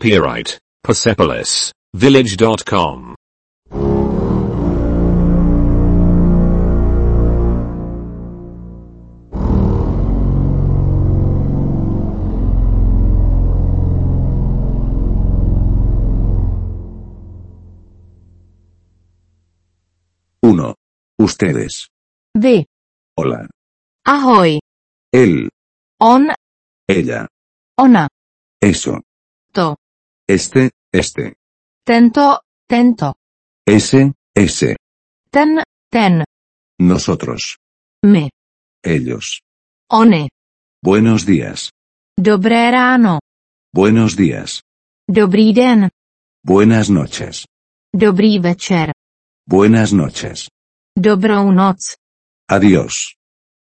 Copyright Persepolis Village.com. Uno. Ustedes. de, Hola. ahoj, Él. on, Ella. ona, Eso. to, Este. Este. tento, tento, Ese. Ese. ten, ten, Nosotros. my, Ellos. oni, Buenos días. dobré ráno, Buenos días. dobrý den, Buenas noches. dobrý večer, Buenas noches. dobrou noc, Adiós.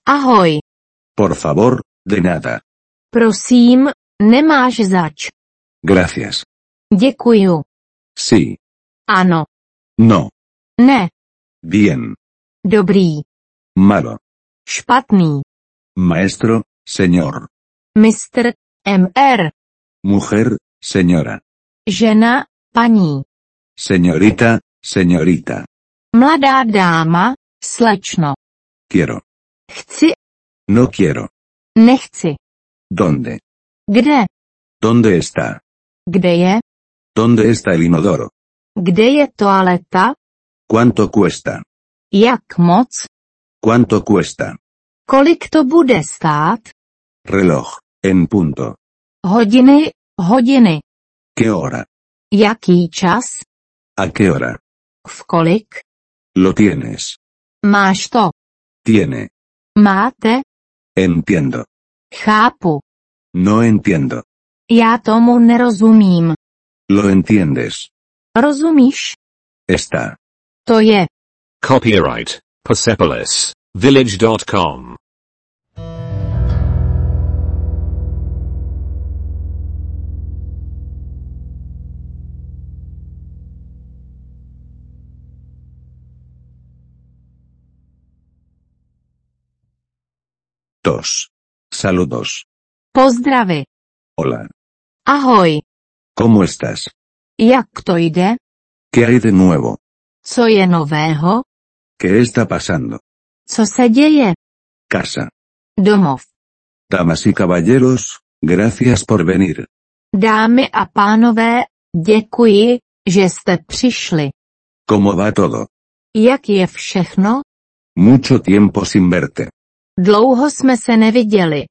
ahoj, Por favor, de nada. prosím, nemáš zač, Gracias. děkuju, Sí. ano, No. ne, Bien. dobrý, Malo. špatný, Maestro, señor. mistr, mr, Mujer, señora. žena, paní, Señorita, señorita. mladá dáma, slečno, Quiero. chci, No quiero. nechci, ¿Dónde? kde, ¿Dónde está? kde je, ¿Dónde está el inodoro? Kde je toaleta? ¿Cuánto cuesta? Jak moc? ¿Cuánto cuesta? Kolik to bude stát? Reloj. En punto. Hodiny, hodiny. ¿Qué hora? Jaký čas? ¿A qué hora? V kolik? Lo tienes. Máš to? Tiene. Máte? Entiendo. Chápu. No entiendo. Já tomu nerozumím. Lo entiendes. Rozumíš? Está. To je. Copyright Persepolis Village.com. Tos. Saludos. Pozdravy. Hola. Ahoj. ¿Cómo estás? Jak to jde? ¿Qué hay de nuevo? Co je nového? ¿Qué está pasando? Co se děje? Casa. Domov. Damas y caballeros, gracias por venir. Dámy a pánové, děkuji, že jste přišli. ¿Cómo va todo? Jak je všechno? Mucho tiempo sin verte. Dlouho jsme se neviděli.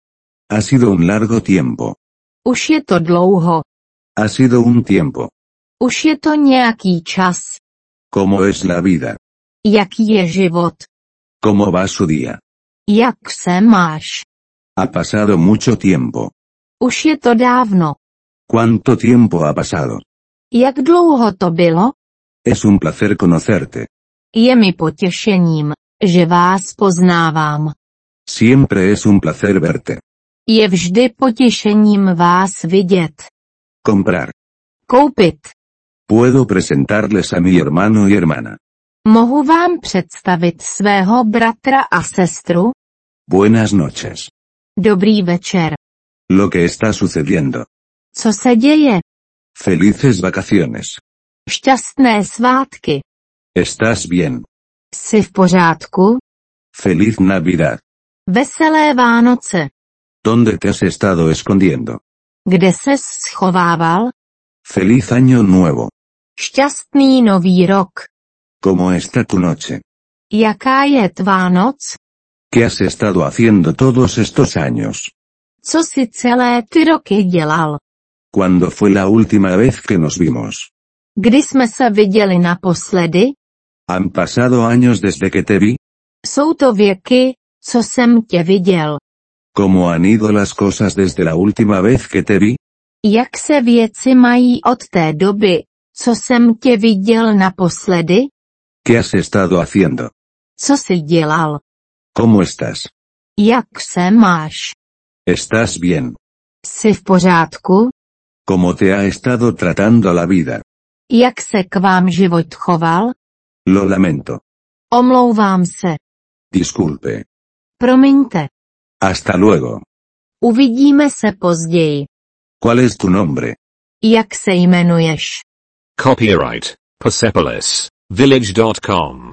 Ha sido un largo tiempo. Už je to dlouho. Ha sido un tiempo. Už je to nějaký čas. ¿Cómo es la vida? Jaký je život? ¿Cómo va su día? Jak se máš? Ha pasado mucho tiempo. Už je to dávno. ¿Cuánto tiempo ha pasado? Jak dlouho to bylo? Es un placer conocerte. Je mi potěšením, že vás poznávám. Siempre es un placer verte. Je vždy potěšením vás vidět. Comprar. Koupit. Puedo presentarles a mi hermano y hermana. Mohu vám představit svého bratra a sestru? Buenas noches. Dobrý večer. Lo que está sucediendo. Co se děje? Felices vacaciones. Šťastné svátky. ¿Estás bien? Jsi v pořádku? Feliz Navidad. Veselé Vánoce. ¿Dónde te has estado escondiendo? Kde ses schovával? Feliz Año Nuevo. Šťastný nový rok. ¿Cómo está tu noche? Jaká je tvá noc? ¿Qué has estado haciendo todos estos años? Co si celé ty roky dělal? ¿Cuándo fue la última vez que nos vimos? Kdy jsme se viděli naposledy? ¿Han pasado años desde que te vi? Jsou to věky, co jsem tě viděl. ¿Cómo han ido las cosas desde la última vez que te vi? Jak se věci mají od té doby, co jsem tě viděl naposledy? ¿Qué has estado haciendo? Co jsi dělal? ¿Cómo estás? Jak se máš? ¿Estás bien? Jsi v pořádku? ¿Cómo te ha estado tratando la vida? Jak se k vám život choval? Lo lamento. Omlouvám se. Disculpe. Promiňte. Hasta luego. Uvidíme se později. ¿Cuál es tu nombre? Jak se jmenuješ? Copyright Persepolis Village.com.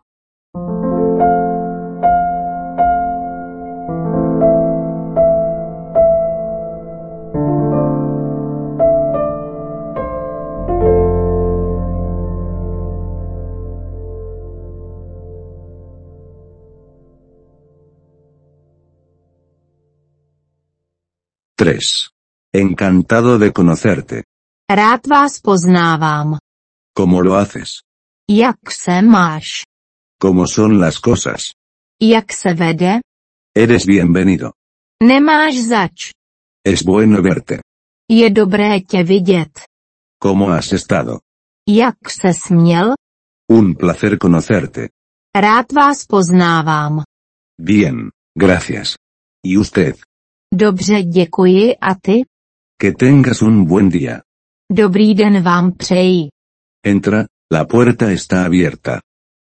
Tres. Encantado de conocerte. Rád vás poznávám. ¿Cómo lo haces? Jak se máš? ¿Cómo son las cosas? Jak se vede? Eres bienvenido. Nemáš zač. Es bueno verte. Je dobré tě vidět. ¿Cómo has estado? Jak se směl? Un placer conocerte. Rád vás poznávám. Bien, gracias. ¿Y usted? Dobře děkuji a ty? Que tengas un buen día. Dobrý den vám přeji. Entra, la puerta está abierta.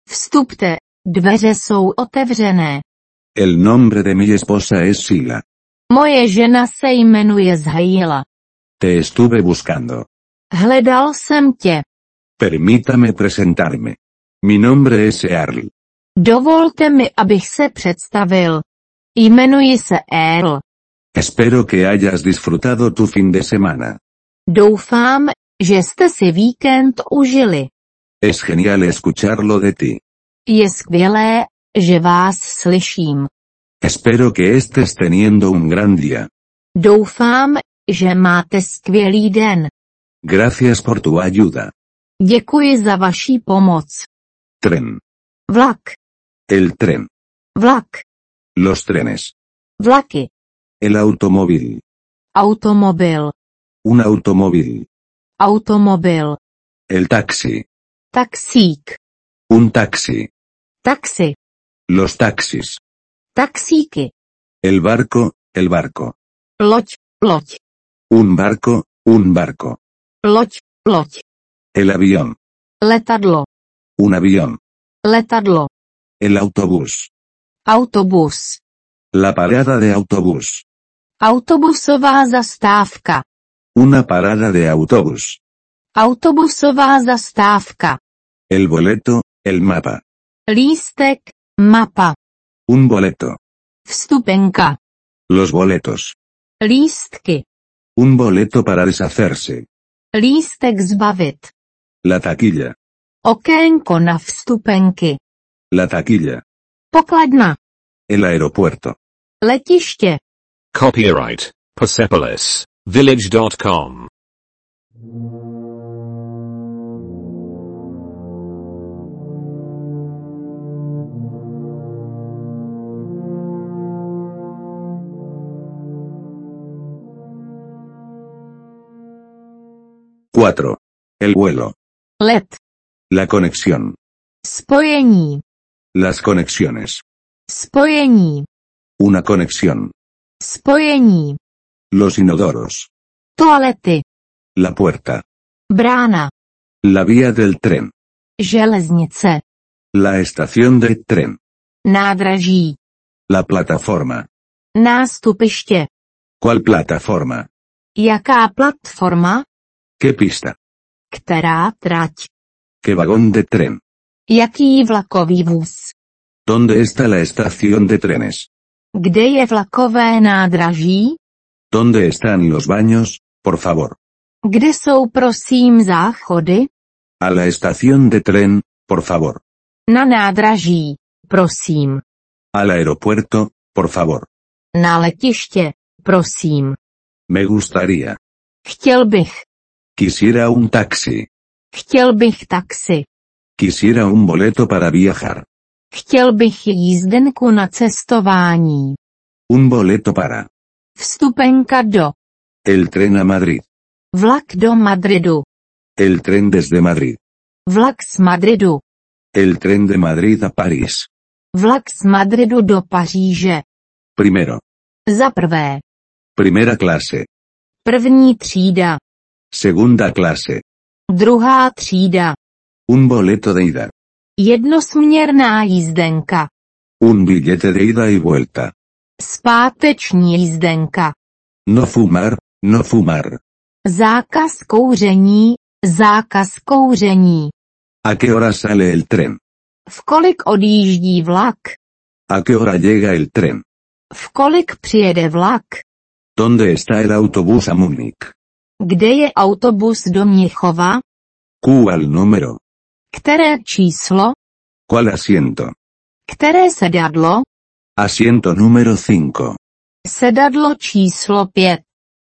Vstupte, dveře jsou otevřené. El nombre de mi esposa es Sila. Moje žena se jmenuje Zhajila. Te estuve buscando. Hledal jsem tě. Permítame presentarme. Mi nombre es Earl. Dovolte mi, abych se představil. Jmenuji se Earl. Espero que hayas disfrutado tu fin de semana. Doufám, že jste si víkend užili. Es genial escucharlo de ti. Je skvělé, že vás slyším. Espero que estés teniendo un gran día. Doufám, že máte skvělý den. Gracias por tu ayuda. Děkuji za vaší pomoc. Tren. Vlak, El tren. vlak, Los trenes. vlaky, El automóvil. automobil, Un automóvil. automobil, El taxi. taxík, Un taxi. taxi, Los taxis. taxíky, El barco. El barco. loď, loď, Un barco. Un barco. loď, loď, El avión. letadlo, Un avión. letadlo, El autobús. autobus, La parada de autobús. autobusová zastávka, Una parada de autobús. autobusová zastávka, El boleto. El mapa. lístek, mapa, Un boleto. vstupenka, Los boletos. lístky, Un boleto para deshacerse. lístek zbavit, La taquilla. okénko na vstupenky, La taquilla. pokladna, El aeropuerto. letiště, Copyright Persepolis Village.com. Cuatro. El vuelo. let, La conexión. spojení, Las conexiones. spojení, Una conexión. spojení, Los inodoros. toalety, La puerta. brána, La vía del tren. železnice, La estación de tren. nádraží, La plataforma. nástupiště, ¿Cuál plataforma? jaká platforma, ¿Qué pista? která trať, ¿Qué vagón de tren? jaký vlakový vůz, ¿Dónde está la estación de trenes? kde je vlakové nádraží, ¿Dónde están los baños? Por favor. kde jsou prosím záchody, A la estación de tren, por favor. na nádraží, prosím, Al aeropuerto, por favor. na letiště, prosím, Me gustaría. chtěl bych, Quisiera un taxi. chtěl bych taxi. Quisiera un boleto para viajar. Chtěl bych jízdenku na cestování. Un boleto para Vstupenka do el tren a Madrid. vlak do Madridu, El tren desde Madrid. vlak z Madridu, El tren de Madrid a París. vlak z Madridu do Paříže. Primero. Za prvé, Primera clase. první třída, Segunda clase. druhá třída, Un boleto de ida. jednosměrná jízdenka, Un billete de ida y vuelta. zpáteční jízdenka, No fumar, no fumar. Zákaz kouření, zákaz kouření. ¿A qué hora sale el tren? V kolik odjíždí vlak? ¿A qué hora llega el tren? V kolik přijede vlak? ¿Dónde está el autobús a Múnich? Kde je autobus do Měchova? ¿Cuál número? Které číslo? ¿Cuál asiento? Které sedadlo? Asiento número 5. Sedadlo číslo 5.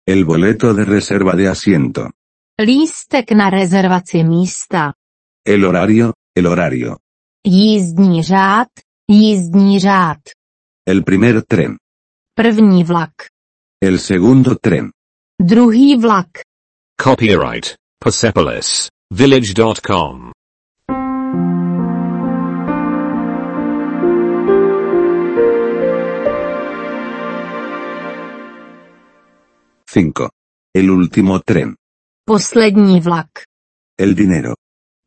El boleto de reserva de asiento. Lístek na rezervaci místa. El horario, el horario. Jízdní řád, jízdní řád. El primer tren. První vlak. El segundo tren. Druhý vlak. Copyright Persepolis Village.com. Cinco. El último tren. Poslední vlak. El dinero.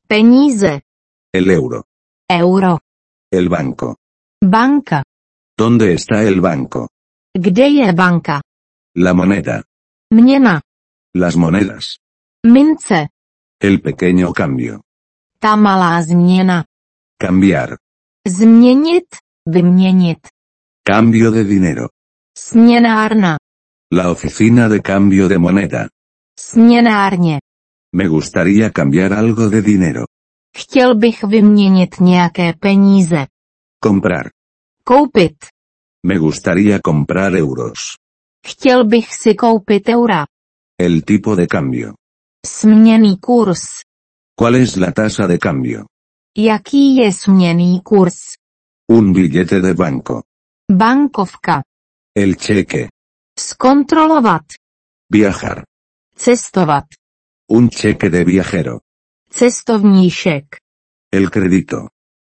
Peníze. El euro. Euro. El banco. Banka. ¿Dónde está el banco? Kde je banka? La moneda. Měna. Las monedas. Mince. El pequeño cambio. Ta malá změna. Cambiar. Změnit, vyměnit. Cambio de dinero. Směnárna. La oficina de cambio de moneda. Směnárně. Me gustaría cambiar algo de dinero. Chtěl bych vyměnit nějaké peníze. Comprar. Koupit. Me gustaría comprar euros. Chtěl bych si koupit eura. El tipo de cambio. Směný kurz. ¿Cuál es la tasa de cambio? Jaký je směný kurz? Un billete de banco. Bankovka. El cheque. Zkontrolovat. Viajar. Cestovat. Un cheque de viajero. Cestovníšek. El crédito.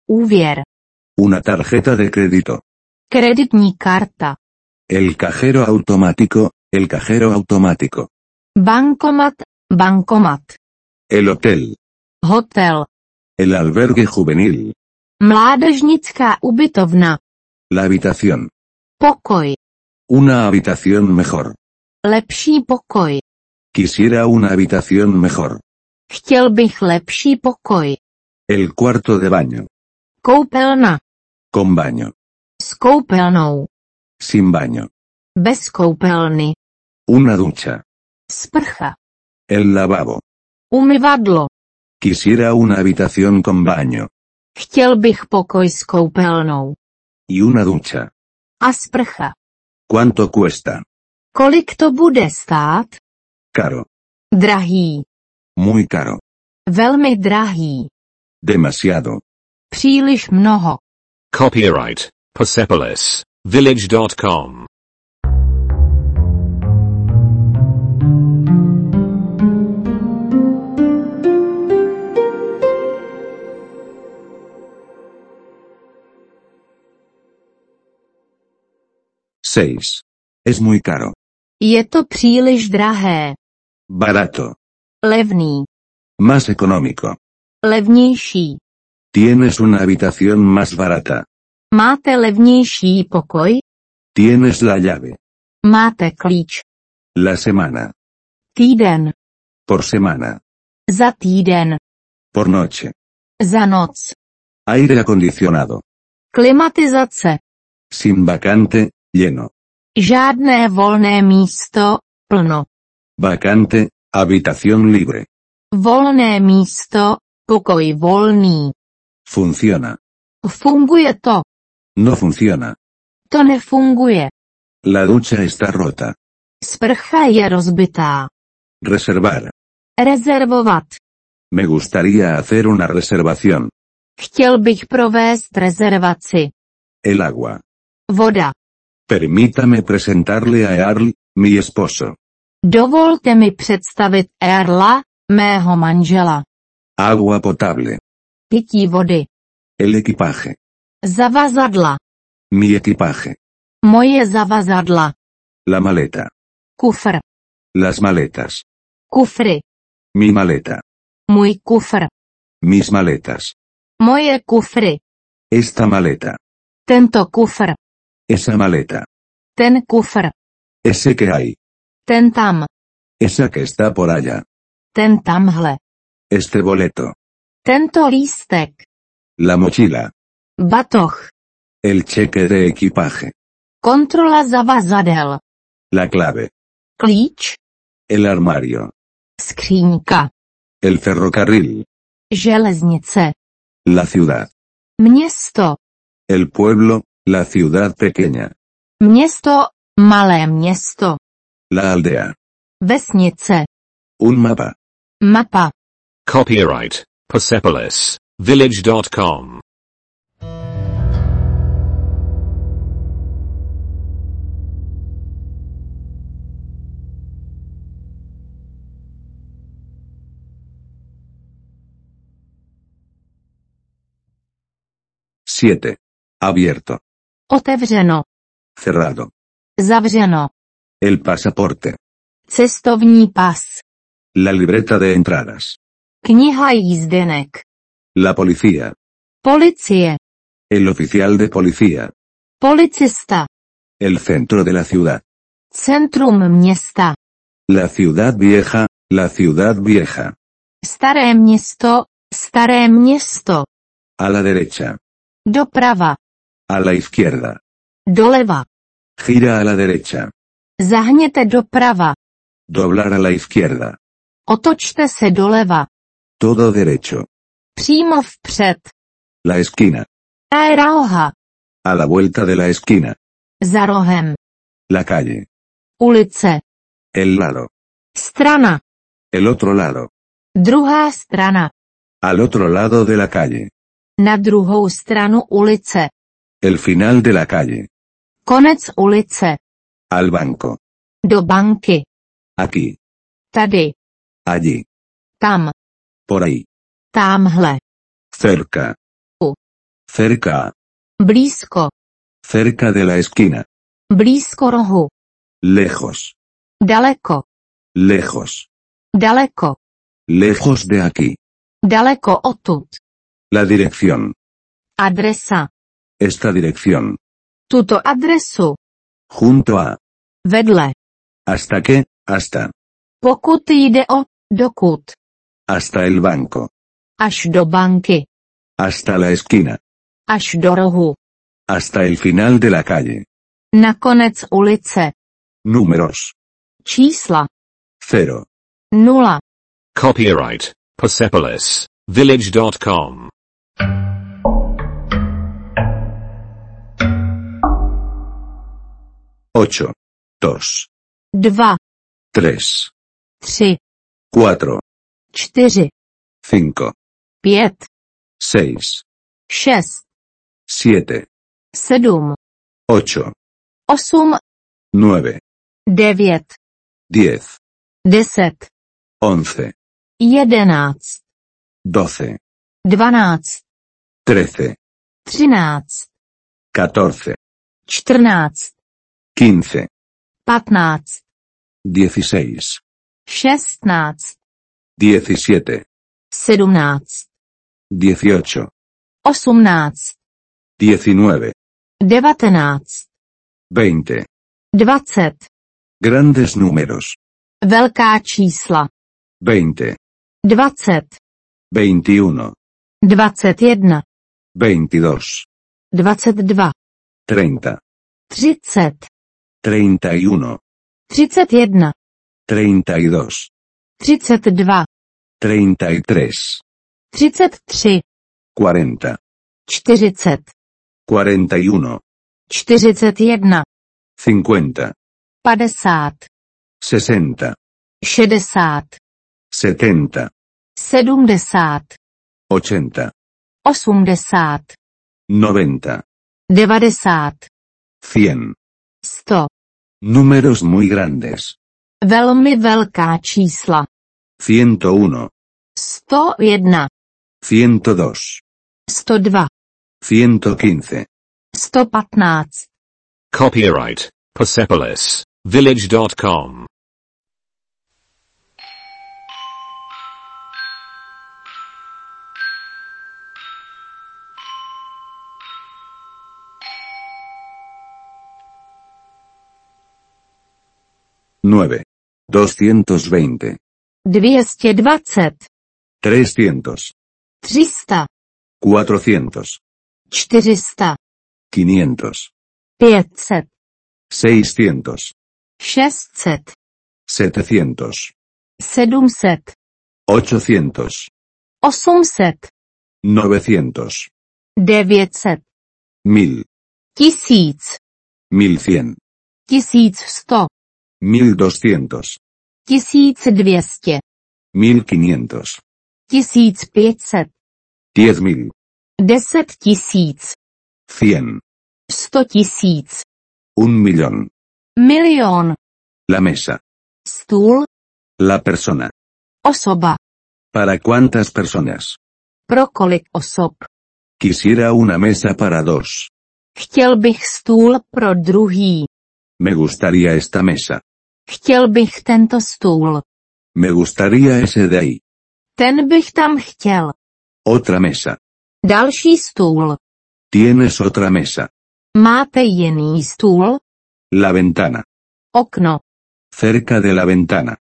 Úvěr. Una tarjeta de crédito. Kreditní karta. El cajero automático. El cajero automático. Bankomat. Bankomat. El hotel. Hotel. El albergue juvenil. Mládežnická ubytovna. La habitación. Pokoj. Una habitación mejor. Lepší pokoj. Quisiera una habitación mejor. Chtěl bych lepší pokoj. El cuarto de baño. Koupelna. Con baño. S koupelnou. Sin baño. Bez koupelny. Una ducha. Sprcha. El lavabo. Umyvadlo. Quisiera una habitación con baño. Chtěl bych pokoj s koupelnou. Y una ducha. A sprcha. ¿Cuánto cuesta? Kolik to bude stát? Caro. Drahý. Muy caro. Velmi drahý. Demasiado. Příliš mnoho. Copyright Persepolis Village.com. Seis. Es muy caro. Je to příliš drahé. Barato. Levný. Más económico. Levnější. Tienes una habitación más barata. Máte levnější pokoj? Tienes la llave. Máte klíč. La semana. Týden. Por semana. Za týden. Por noche. Za noc. Aire acondicionado. Klimatizace. Sin vacante, lleno. Žádné volné místo, plno. Vacante, habitación libre. Volné místo, pokoj volný. Funciona. Funguje to. No funciona. To nefunguje. La ducha está rota. Sprcha je rozbitá. Reservar. Rezervovat. Me gustaría hacer una reservación. Chtěl bych provést rezervaci. El agua. Voda. Permítame presentarle a Earl, mi esposo. Dovolte mi představit Erla, mého manžela. Agua potable. Pití vody. El equipaje. Zavazadla. Mi equipaje. Moje zavazadla. La maleta. Kufr. Las maletas. Kufry. Mi maleta. Můj kufr. Mis maletas. Moje kufry. Esta maleta. Tento kufr. Esa maleta. Ten kufr. Ese que hay. Ten tam. Esa que está por allá. Ten tamhle. Este boleto. Tento lístek. La mochila. Batoh. El cheque de equipaje. Kontrola zavazadel. La clave. Klíč. El armario. Skříňka. El ferrocarril. Železnice. La ciudad. Město. El pueblo. La ciudad pequeña. Město. Malé město. La aldea. Vesnice. Un mapa. Mapa. Copyright Persepolis Village.com. Siete. Abierto. Otevřeno. Cerrado. Zavřeno. El pasaporte. Cestovní pas. La libreta de entradas. Kniha jízdenek. La policía. Policie. El oficial de policía. Policista. El centro de la ciudad. Centrum města. La ciudad vieja. La ciudad vieja. Staré město. Staré město. A la derecha. Doprava. A la izquierda. Doleva. Gira a la derecha. Zahněte doprava. Doblar a la izquierda. Otočte se doleva. Todo derecho. Přímo vpřed. La esquina. Aeroha. A la vuelta de la esquina. Za rohem. La calle. Ulice. El lado. Strana. El otro lado. Druhá strana. Al otro lado de la calle. Na druhou stranu ulice. El final de la calle. Konec ulice. Al banco. Do banky. Aquí. Tady. Allí. Tam. Por ahí. Tamhle. Cerca. U. Cerca. Blízko. Cerca de la esquina. Blízko rohu. Lejos. Daleko. Lejos. Daleko. Lejos de aquí. Daleko odtud. La dirección. Adresa. Esta dirección. Tuto adresu. Junto a. Vedle. Hasta que. Hasta. Pokud jde o, dokud. Hasta el banco. Až do banky. Hasta la esquina. Až do rohu. Hasta el final de la calle. Na konec ulice. Números. Čísla. 0. Nula. Copyright Persepolis Village.com. Ocho. Dos. Dva. Tres. Tři. Cuatro. Čtyři. Cinco. Pět. Seis. Šest. Siete. Sedm. Ocho. Osm. Nueve. Devět. Diez. Deset. Once. Jedenáct. Doce. Dvanáct. Trece. Třináct. Catorce. Čtrnáct. Quince. Patnáct. Dieciséis. Šestnáct. Diecisiete. Sedmnáct. Dieciocho. Osmnáct. Diecinueve. Devatenáct. Veinte. Dvacet. Grandes números. Velká čísla. Veinte. Dvacet. Veintiuno. Dvacet jedna. Veintidós. Dvacet dva. Treinta. Třicet. Treinta y uno. Třicet jedna. Treinta y dos. Třicet dva. Treinta y tres. Třicet tři. Cuarenta. Čtyřicet. 41, Čtyřicet jedna. 50, Padesát. 60, Šedesát. 70, Sedmdesát. 80, Osmdesát. 90, Devadesát. 100. Sto. Números muy grandes. Velmi velká čísla. 101, 101, 102, 102, 115, 115. Copyright Persepolis Village.com. nueve 220. 220, 300. 300, 400. 400, 500. 500, 600. 600, 700. 700, 800. 800, 900. 900, 1000. 1000, 1100. 1100, 1200. 1500. 1200, 1500, 10000. 10 tisíc, 100. 100 tisíc, Un millón. milion, La mesa. stůl, La persona. osoba, ¿Para cuántas personas? pro kolik osob. Quisiera una mesa para dos. Chtěl bych stůl pro druhý. Me gustaría esta mesa. Chtěl bych tento stůl. Me gustaría ese de ahí. Ten bych tam chtěl. Otra mesa. Další stůl. Tienes otra mesa. Máte jiný stůl? La ventana. Okno. Cerca de la ventana.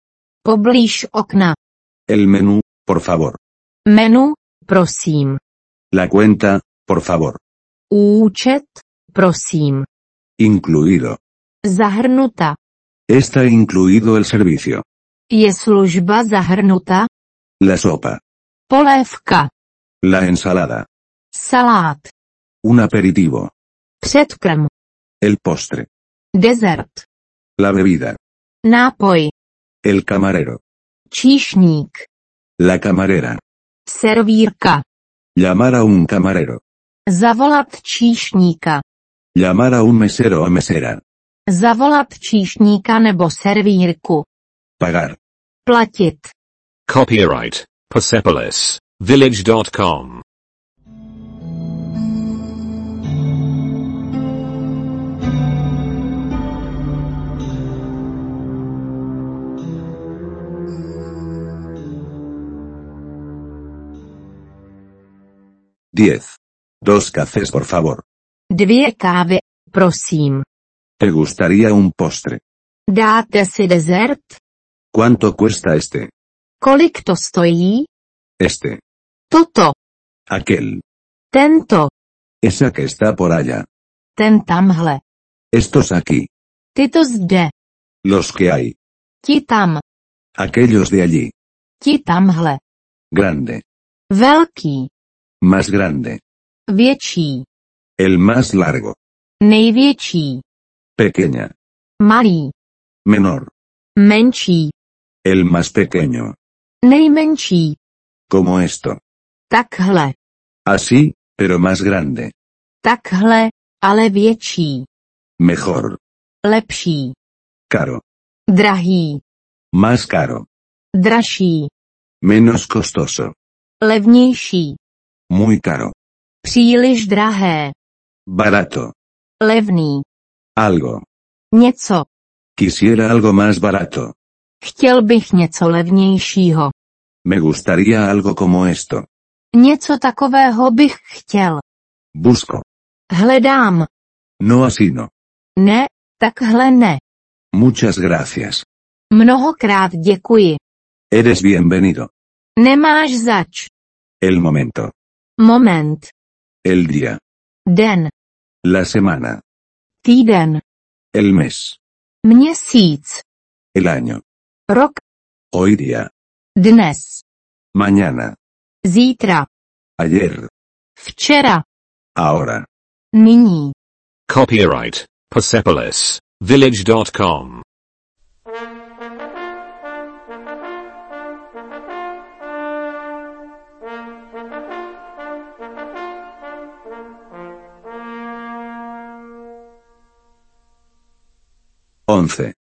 Poblíž okna. El menú, por favor. Menu, prosím. La cuenta, por favor. Účet, prosím. Incluido. Zahrnuta. Está incluido el servicio. Je služba zahrnuta? La sopa. Polévka. La ensalada. Salát. Un aperitivo. Předkrm. El postre. Desert. La bebida. Nápoj. El camarero. Číšník. La camarera. Servírka. Llamar a un camarero. Zavolat číšníka. Llamar a un mesero o mesera. Zavolat číšníka nebo servírku. Pagar. Platit. Copyright Persepolis Village.com. Diez. Dos cafés, por favor. Dvě kávy, prosím. ¿Te gustaría un postre? Dáte si desert? ¿Cuánto cuesta este? Kolik to stojí? Este. Toto. Aquel. Tento. Esa que está por allá. Ten tamhle. Estos aquí. Tyto zde. Los que hay. Ti tam. Aquellos de allí. Ti tamhle. Grande. Velký. Más grande. Větší. El más largo. Největší. Pequeña. Malý. Menor. Menší. El más pequeño. Nejmenší. Como esto. Takhle. Así, pero más grande. Takhle, ale větší, Mejor. lepší, Caro. drahý, Más caro. dražší, Menos costoso. levnější, Muy caro. příliš drahé, Barato. levný, Algo. něco. Quisiera algo más barato. Chtěl bych něco levnějšího. Me gustaría algo como esto. Něco takového bych chtěl. Busco. Hledám. No así no. Ne, takhle ne. Muchas gracias. Mnohokrát děkuji. Eres bienvenido. Nemáš zač. El momento. Moment. El día. Den. La semana. Týden. El mes. Měsíc. El año. Rok. Hoy día. Dnes. Mañana. Zítra. Ayer. Včera. Ahora. Nyní. Copyright Persepolis Village.com. Once.